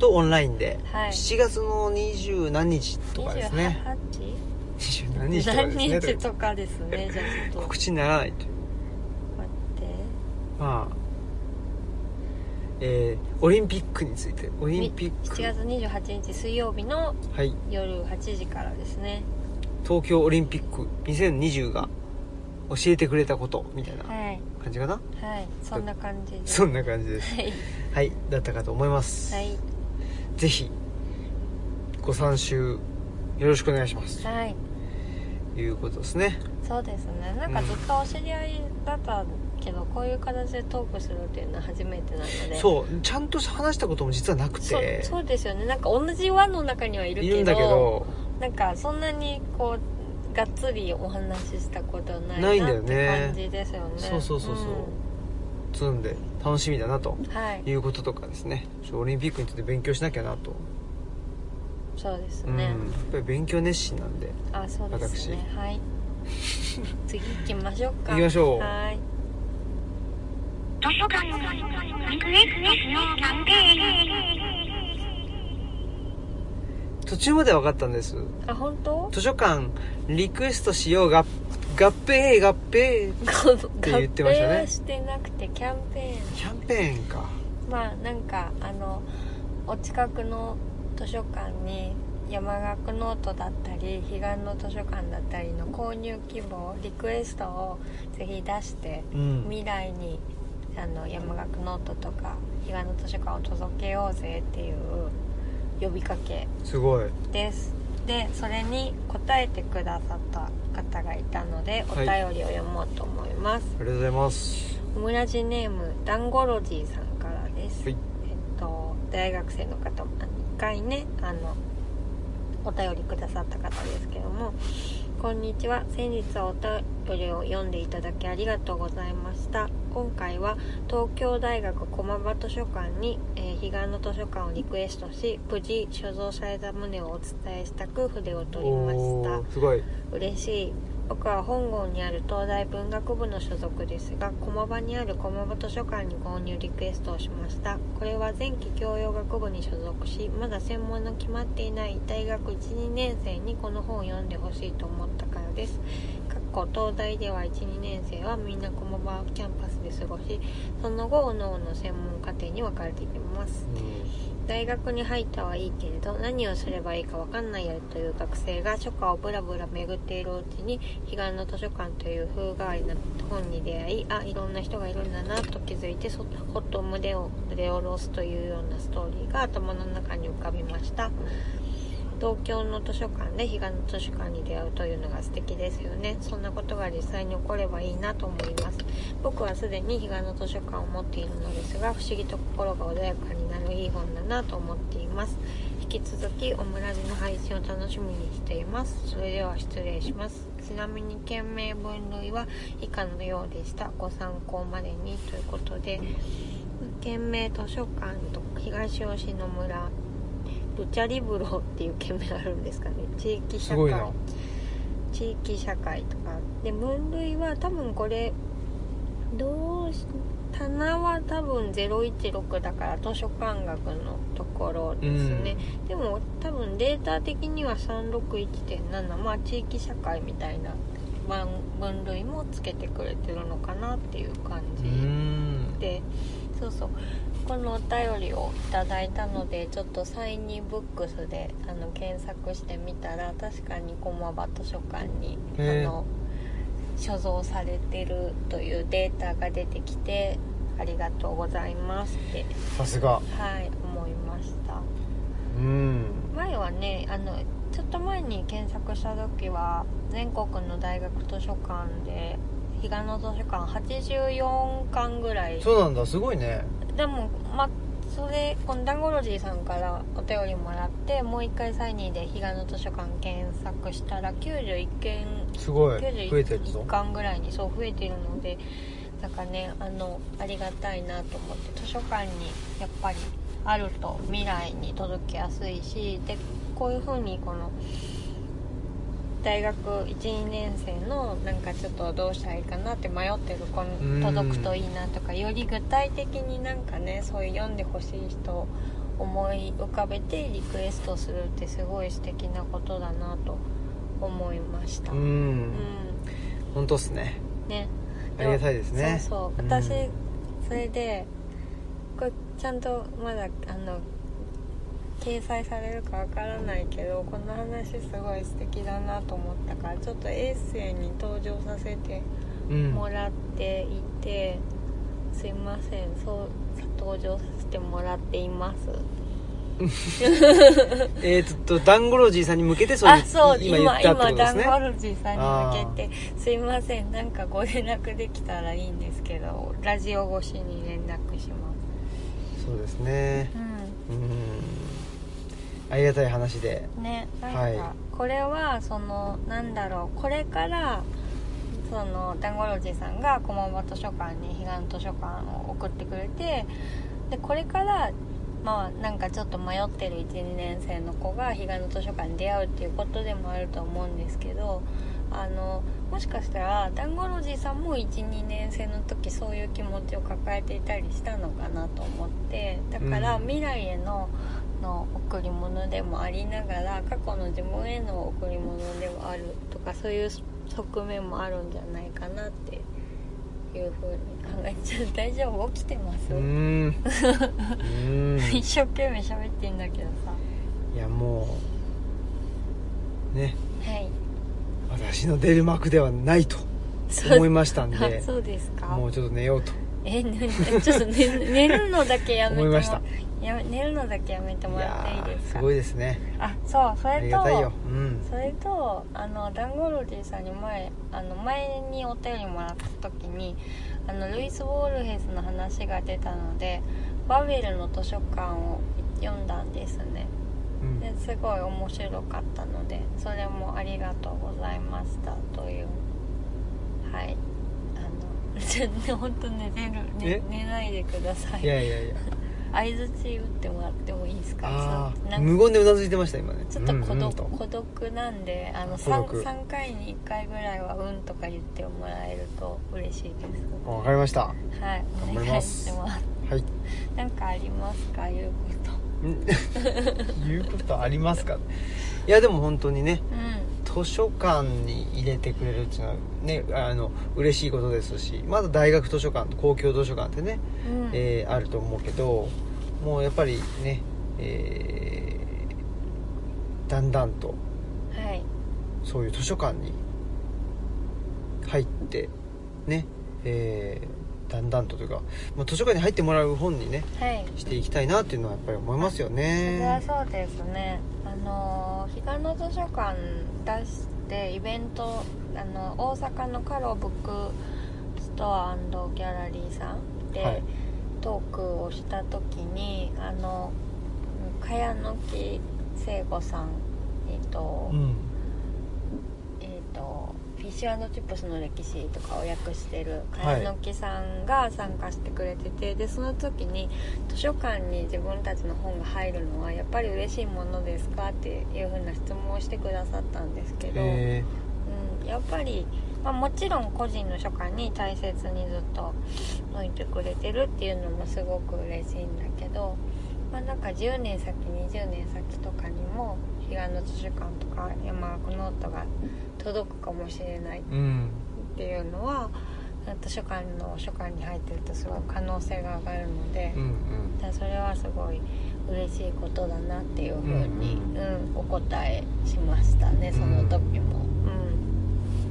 とオンラインで、はい7月の20何日とかですね20何日とか何ですね日とかですねじゃあちょっと告待知にならないというってまあえーオリンピックについてオリンピッ7ク、月28日水曜日のはい、夜8時からですね東京オリンピック2020が教えてくれたことみたいなはい感じかな、はいそんな感じですそんな感じですはいはいだったかと思います、はいぜひご参集よろしくお願いしますはいということですねそうですねなんかずっとお知り合いだったけど、こういう形でトークするっていうのは初めてなのでそうちゃんと話したことも実はなくてそうそうですよねなんか同じ輪の中にはいるいるんだけどなんかそんなにこうがっつりお話ししたことないないんなだよっねて感じですよねそうそうそうそう、ん積んで楽しみだなとはいいうこととかですねちょっとオリンピックについて勉強しなきゃなと、そうですうん、やね、っぱり勉強熱心なんであそうですねはい 次行きましょうか行きましょうはい図書館リクエストしようキャンペーン途中までは分かったんですあ本当図書館リクエストしようが合併合併合て言ってましたね併はしてなくてキャンペーンキャンペーンかまあなんかあのお近くの図書館に山岳ノートだったり彼岸の図書館だったりの購入希望リクエストをぜひ出してうん未来にあの山岳ノートとか彼岸の図書館を届けようぜっていう呼びかけすごいですでそれに答えてくださった方がいたのでおは便いりを読もうと思います、ありがとうございますオムラジネームダンゴロジーさんからです、はいえっと大学生の方も1回ねあのお便りくださった方ですけどもこんにちは先日はお便りを読んでいただきありがとうございました今回は東京大学駒場図書館に、えー彼岸の図書館をリクエストし無事所蔵された旨をお伝えしたく筆を取りましたおーすごい嬉しい僕は本郷にある東大文学部の所属ですが駒場にある駒場図書館に購入リクエストをしましたこれは前期教養学部に所属しまだ専門の決まっていない大学12年生にこの本を読んでほしいと思ったからですかっこ東大では12年生はみんな駒場キャンパスで過ごしその後各々の専門課程に分かれていきます大学に入ったはいいけれど何をすればいいか分かんないやという学生が書家をぶらぶら巡っているうちに彼岸の図書館という風変わりな本に出会いあいろんな人がいるんだなと気づいてそほっと胸を腕を下ろすというようなストーリーが頭の中に浮かびました東京の図書館で彼岸の図書館に出会うというのが素敵ですよねそんなことが実際に起こればいいなと思います僕はすでに彼岸の図書館を持っているのですが不思議と心が穏やかになるいい本だなと思っています引き続きオムラジの配信を楽しみにしていますそれでは失礼しますちなみに件名分類は以下のようでしたご参考までにということで県名図書館と東吉野村ルチャリブロっていう県名あるんですかね地域す社ごい会な地域社会とかで分類は多分これどうし棚は多分016だから図書館学のところですね、でも多分データ的には361.7まあ地域社会みたいな番分類もつけてくれてるのかなっていう感うじ、んでそうそうこのお便りをいただいたのでちょっとサイニーブックスであの検索してみたら確かに駒場図書館にあへえの所蔵されてるというデータが出てきてありがとうございますってさすがはい思いましたうん前はねあのちょっと前に検索した時は全国の大学図書館で彼岸の図書館84巻ぐらいそうなんだすごいねでもまあそれこのダンゴロジーさんからお便りもらってもう一回サイニーで彼岸の図書館検索したら91件すごい増えてるぞ91巻ぐらいにそう増えてるのでなんかねあのありがたいなと思って図書館にやっぱりあると未来に届きやすいしでこういう風にこの大学12年生のなんかちょっとどうしたらいいかなって迷ってる子うんに届くといいなとかより具体的になんかねそういう読んでほしい人を思い浮かべてリクエストするってすごい素敵なことだなと思いました、ううんん本当っすねねありがたいですねそうそううん私、それでこれちゃんとまだあの掲載されるかわからないけどこの話すごい素敵だなと思ったからちょっとエッセイに登場させてうんもらっていて、すいませんそう登場させてもらっていますえー、っとダンゴロジーさんに向けてそれあそう今今言っ今たってことでダすンねゴルジーさんに向けてすいませんなんかご連絡できたらいいんですけどラジオ越しに連絡しまそうですねすうんうんありがたい話でねなんか、はいこれはそのなんだろうこれからそのダンゴロジーさんが駒場図書館に彼岸図書館を送ってくれてでこれからまあなんかちょっと迷ってる12年生の子が彼岸図書館に出会うっていうことでもあると思うんですけどあのもしかしたらダンゴロジーさんも12年生の時そういう気持ちを抱えていたりしたのかなと思ってだからうん未来への,、の贈り物でもありながら過去の自分への贈り物でもあるとかそういう側面もあるんじゃないかなっていうふうに考えちゃう 大丈夫起きてます、うーんうーん一生懸命喋ってんだけどさいやもうねはい私の出る幕ではないとそう思いましたんあでそうですかもうちょっと寝ようとえなちょっと 寝寝るのだけやめて思いもましたやめ寝るのだけやめていもらっていいやですーすかごいですねあそうそありれがたいとようんそれとあのダンゴロジーさんに前あの前にお便りもらった時にあのルイス・ウォールヘスの話が出たのでバベルの図書館を読んだんですねうんですごい面白かったのでそれもありがとうございましたというはいあの ちょっと本当寝てる寝え寝ないでくださいいやいやいや相づち打ってもらってもいいですかあそうあなーんか無言でうなずいてました今ねちょっと孤うんうん独,、と孤独なんであの孤 3, 独3回に1回ぐらいは「うん」とか言ってもらえると嬉しいですわかりましたははいお頑張り願まいしすますいなんかありますかいうことん 言うことありますかいやでも本当にねうん図書館に入れてくれるっていうのはねあの嬉しいことですしまだ大学図書館と公共図書館ってね、うん、えーあると思うけどもうやっぱりね、えーだんだんとはいそういう図書館に入ってね、えーだんだんとというか、まあ、図書館に入ってもらう本にねはいしていきたいなっていうのはやっぱり思いますよそれはねそうですねあのー彼岸の図書館出してイベントあの大阪のカロブックストアギャラリーさんで、はいトークをした時にあの茅野木聖子さんえっ、と、うんえー、とフィッシュチップスの歴史とかを訳してる茅野木さんが参加してくれてて、でその時に図書館に自分たちの本が入るのはやっぱり嬉しいものですかっていうふうな質問をしてくださったんですけど、えうん、やっぱり、まあ、もちろん個人の書館に大切にずっと向いてくれてるっていうのもすごく嬉しいんだけど、まあ、なんか10年先20年先とかにも彼岸の図書館とか山岳ノートが届くかもしれないっーうんていうのは図書館の書館に入ってるとすごい可能性が上がるのでうんう。んだからそれはすごい嬉しいことだなっていうふうに、うんうんお答えしましたねその時も、うん、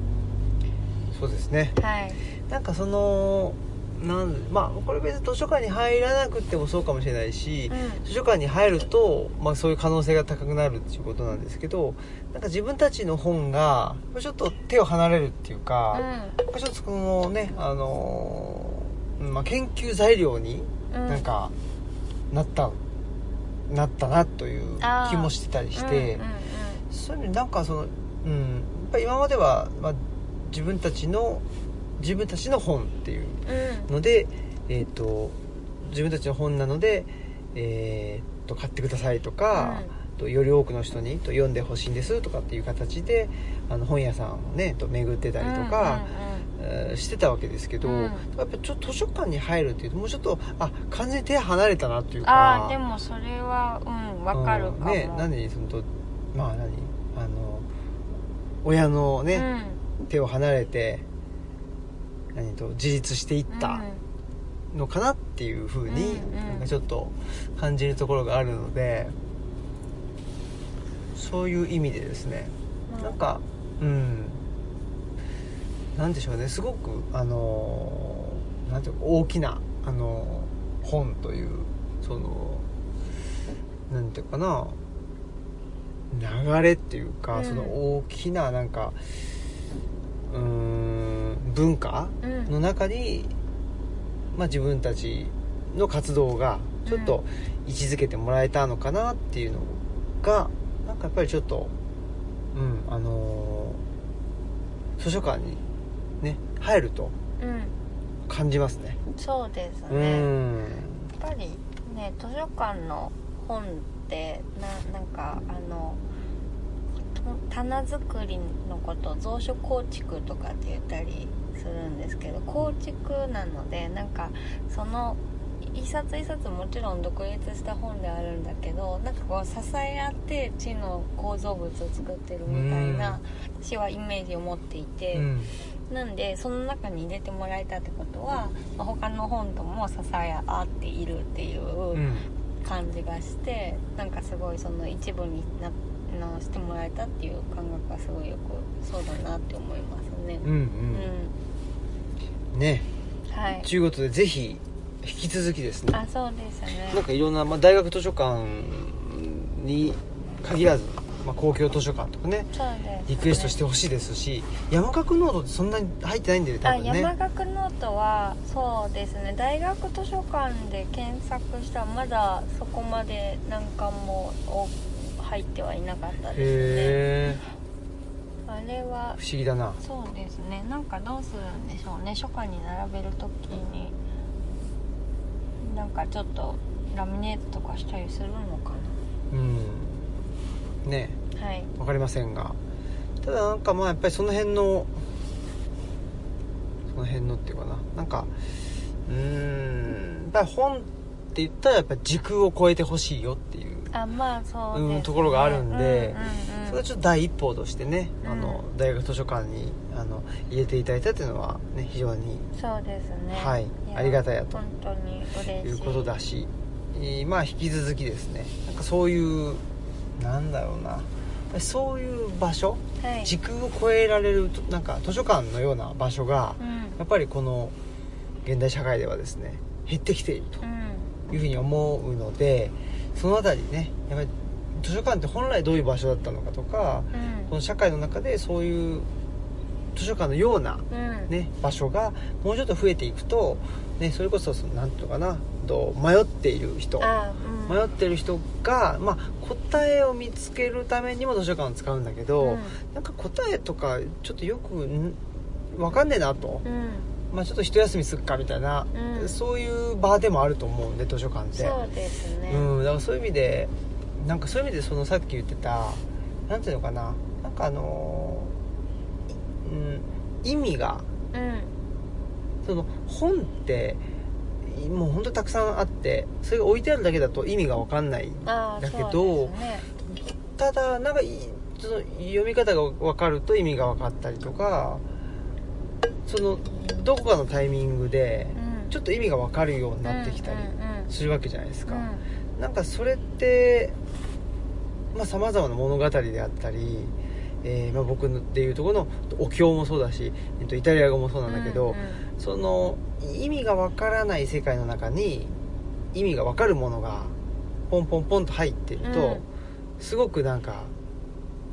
そうですねはい、なんかそのなんまあこれ別に図書館に入らなくてもそうかもしれないし、う図書館に入ると、まあ、そういう可能性が高くなるっていうことなんですけどなんか自分たちの本がちょっと手を離れるっていうか、ん、ちょっとこのねあのーまあ、研究材料にうん、なんかなった、なったなというあー気もしてたりして、うんうんそういうのなんかそのうんやっぱり今までは、まあ、自分たちの自分たちの本っていううんうんので、えー、と自分たちの本なので、えー、と買ってくださいとか、とより多くの人にと読んでほしいんですとかっていう形であの本屋さんをねと巡ってたりとか、えーしてたわけですけど、うんやっぱちょっと図書館に入るっていうともうちょっとあ完全に手離れたなっていうかああでもそれはうんわかるかも、うんね何そのとまあ何あの親のうね、ん手を離れて何と自立していった、のかなっていう風に、うんうんなんかちょっと感じるところがあるのでそういう意味でですね、うん、なんかうんなんでしょうねすごくあのーなんていうか大きなあのー本というそのなんていうかな流れっていうか、うんその大きななんかうーん文化うんの中に、まあ、自分たちの活動がちょっと位置づけてもらえたのかなっていうのがなんかやっぱりちょっとうんあのー図書館にね入るとうん感じますねそうですね、うーんやっぱりね図書館の本ってななんかあのと棚作りのこと蔵書構築とかって言ったりするんですけど構築なのでなんかその一冊一冊もちろん独立した本であるんだけどなんかこう支え合って地の構造物を作ってるみたいな私はイメージを持っていて。うんなんでその中に入れてもらえたってことは、まあ他の本とも支え合っているっていううん感じがして、なんかすごいその一部になのしてもらえたっていう感覚がすごいよくそうだなって思いますね。うんうん、ねはい。ちゅうことでぜひ引き続きですねあ、そうですねなん。かいろんな、まあ、大学図書館に限らず、まあ、公共図書館とかねそうです、ね。リクエストしてほしいですし山角ノートってそんなに入ってないんだよね多あ分山ね岳ノートはそうですね大学図書館で検索したらまだそこまで何巻もお入ってはいなかったですねへえあれは不思議だなそうですねなんかどうするんでしょうね書館に並べるときになんかちょっとラミネートとかしたりするのかうんねなはいわかりませんがただなんかまあやっぱりその辺のその辺のっていうかななんかうーんやっぱり本って言ったらやっぱ時空を超えてほしいよっていうあまあそうです、ね、うんところがあるんでうんうんうんそれはちょっと第一歩としてね、うんあの大学図書館にあの入れていただいたっていうのは、ね、非常にそうですねはいやありがたいやと本当に嬉しいいうことだし、えーまあ引き続きですねなんかそういうなんだろうなそういう場所、はい時空を超えられるとなんか図書館のような場所がうんやっぱりこの現代社会ではですね減ってきているとうんいうふうに思うのでそのあたりねやっぱり図書館って本来どういう場所だったのかとかこの社会の中でそういう図書館のような、うんうんね、場所がもうちょっと増えていくと、ね、それこそそのなんていうのかなと迷っている人あうん迷ってる人が、まあ、答えを見つけるためにも図書館を使うんだけど、なんか答えとかちょっとよくんわかんねえなと、うん、うん、まあ、ちょっと一休みすっかみたいな、うんそういう場でもあると思うんで図書館って。そうですね、うん、だからそういう意味でなんかそういう意味でそのさっき言ってたなんていうのかななんかあのーうん、意味がうんその本っていもう本当にたくさんあってそれが置いてあるだけだと意味が分かんないああだけどそうですねただなんかいその読み方が分かると意味が分かったりとかそのどこかのタイミングでうんちょっと意味が分かるようになってきたりうんうんうんするわけじゃないですか。うんなんかそれってさまざ、まな物語であったり、えーまあ、僕でいうところのお経もそうだし、えっと、イタリア語もそうなんだけど、うんうんその意味がわからない世界の中に意味がわかるものがポンポンポンと入ってると、すごくなんか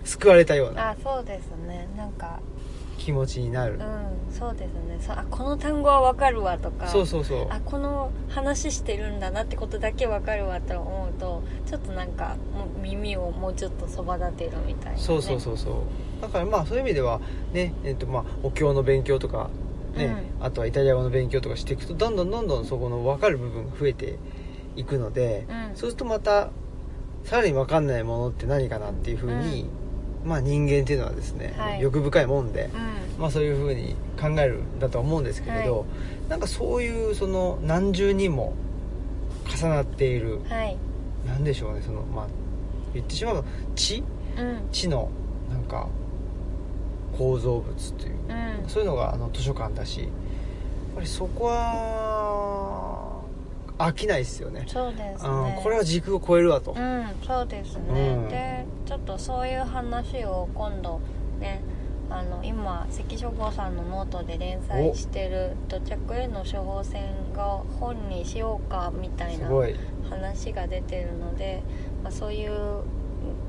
救われたようなあそうですねなんか気持ちになるう、んそうですねそうあこの単語はわかるわとかそうそうそうあこの話してるんだなってことだけわかるわと思うとちょっとなんかもう耳をもうちょっとそば立てるみたいな、ね、そうそうそうそうだからまあそういう意味ではねえっとまあお経の勉強とかね、あとはイタリア語の勉強とかしていくとどんどんどんどんそこの分かる部分が増えていくので、うんそうするとまたさらに分かんないものって何かなっていうふうに、まあ人間っていうのはですね、はい欲深いもんで、うまあ、そういうふうに考えるんだとは思うんですけれど、はなんかそういうその何重にも重なっているんはいなんでしょうねそのまあ言ってしまうと知うん知のなんか構造物といううんそういうのがあの図書館だしやっぱりそこは飽きないですよねそうですあねーこれは時空を超えるわと、うんそうですね、うんでちょっとそういう話を今度ねあの今関書房さんのノートで連載してる「土着への処方箋」が本にしようかみたいすなごい話が出てるので、まあ、そういう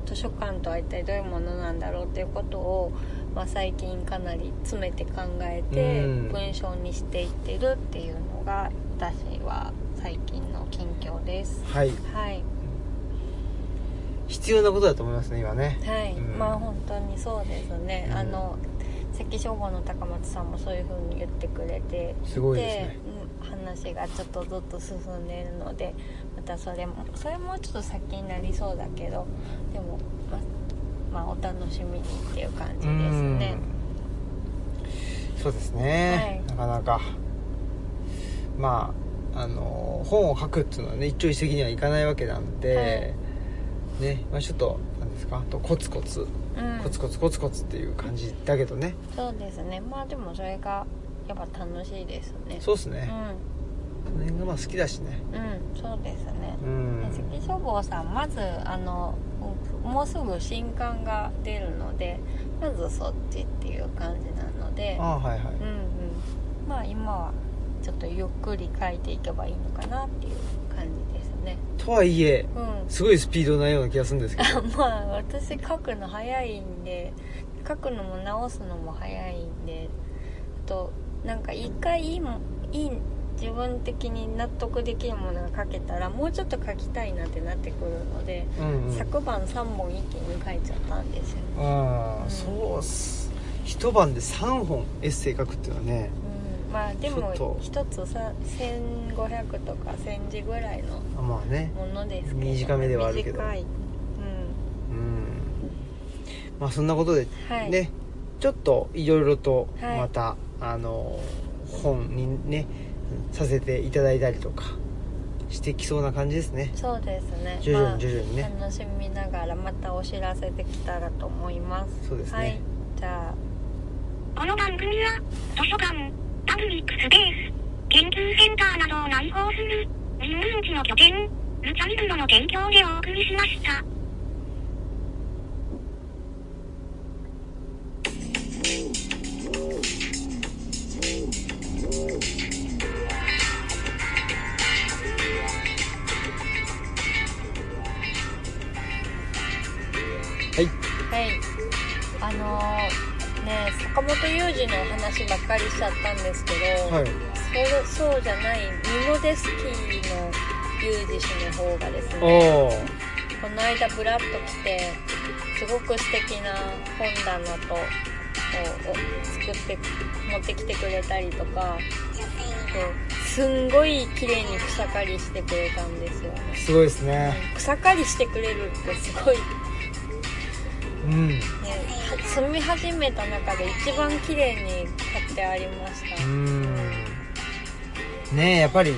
図書館とは一体どういうものなんだろうっていうことを、まあ、最近かなり詰めて考えてうん文章にしていってるっていうのが私は最近の近況です。はいはい必要なことだと思いますね今ねはい、うんまあ本当にそうですね、うんあの関消防の高松さんもそういう風に言ってくれてすごいですねうん話がちょっとずっと進んでいるのでまたそれもそれもちょっと先になりそうだけどでもままあお楽しみにっていう感じですねうんそうですね、なかはなかまああの本を書くっていうのはね一朝一夕にはいかないわけなんで、ね、まあ、ちょっとなんですかあとコツコツ、うんコツコツコツコツっていう感じだけどねそうですねまあでもそれがやっぱ楽しいですねそうですうね、その辺がまあ好きだしねんうんそうですねうん関消防さんまずあのもうすぐ新刊が出るのでまずそっちっていう感じなのでああはいはいうんうんまあ今はちょっとゆっくり書いていけばいいのかなっていう感じですねとはいえうん すごいスピードないような気がするんですけどまあ私書くの早いんで書くのも直すのも早いんであとなんか一回いいもいい自分的に納得できるものが書けたらもうちょっと書きたいなってなってくるので、うん、うん、昨晩3本一気に書いちゃったんですよ、ああそうっす一晩で3本エッセイ書くっていうのはねうん、まあちでょっとも一つさ1500とか1000字ぐらいのまあねものですけど短めではあるけど短い、うんまあそんなことでうんはい、ねちょっといろいろとはいまた、あの本にねさせていただいたりとかしてきそうな感じですねそうですね徐々に徐々にね、まあ、楽しみながらまたお知らせできたらと思いますそうですねはいじゃこの番組は、図書館、パブリックスペース、研究センターなどを内包する、人文地の拠点、ルチャリブロの提供でお送りしました。あはいあのーね坂本雄二の話ばっかりしちゃったんですけど、はいそうそうじゃないミノデスキーのユージ氏の方がですねおおこの間ブラッと来てすごく素敵な本棚とをを作って持ってきてくれたりとかそうすんごい綺麗に草刈りしてくれたんですよねすごいですね草刈りしてくれるってすごいねうん住み始めた中で一番綺麗に買ってありましうたんねえやっぱり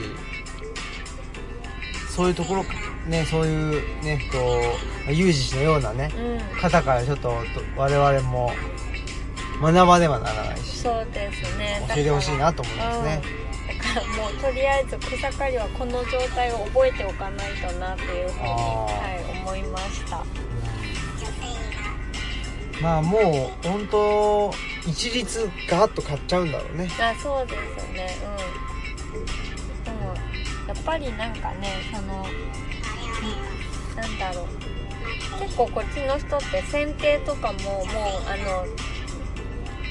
そういうところかねそういうねこう有志氏のようなねうん方からちょっとと我々も学ばねばならないしそうですねだから教えてほしいなと思いますねうんだからもうとりあえず草刈りはこの状態を覚えておかないとなっていうふうに、あーはい、思いましたまあもう本当一律ガーッと買っちゃうんだろうねあそうですねうんでもやっぱりなんかねそのうんなんだろう結構こっちの人って剪定とかももうあの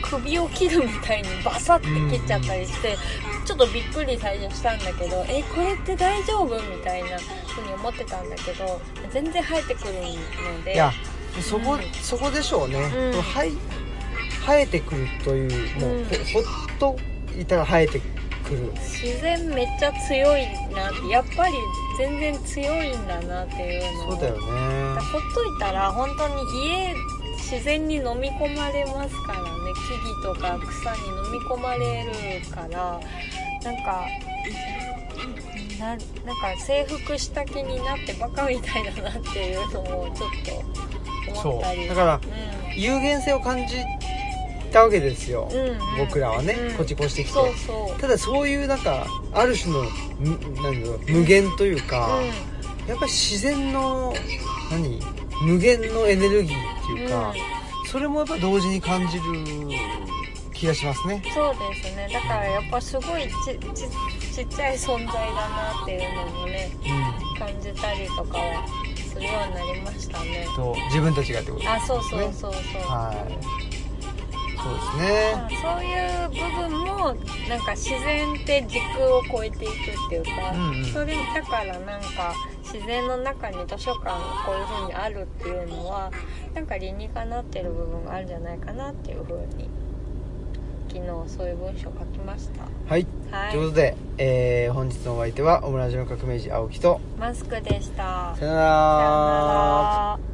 首を切るみたいにバサって切っちゃったりして、ちょっとびっくり最初したんだけどえこれって大丈夫みたいなふうに思ってたんだけど全然生えてくるのでいやそこ、うんそこでしょうね、うんはい生えてくるというもう、うんほほっといたら生えてくる自然めっちゃ強いなってやっぱり全然強いんだなっていうのをそうだよねだからほっといたら本当に家自然に飲み込まれますからね木々とか草に飲み込まれるからなんかななんか制服した気になってバカみたいだなっていうのをちょっと思ったりそうだからう有限性を感じたわけですよ、んうんうん、僕らはね、うんこっち越してきてそうそうただそういうなんかある種のむなんだろう無限というか、やっぱり自然の何無限のエネルギーってうんいうか、それもやっぱ同時に感じる気がしますねそうですねだからやっぱすごいちちちっちゃい存在だなっていうのもねうん感じたりとかはするようになりましたねと自分たちがってことあそうそうそうそう、はいそうですね、まあそういう部分もなんか自然って時空を超えていくっていうか、うんうんそれだからなんか自然の中に図書館がこういう風にあるっていうのはなんか理にかなってる部分があるんじゃないかなっていう風に昨日そういう文章書きましたはい、はいということで、えー本日のお相手はオムラジの革命児青木とマスクでしさよなたさよらなら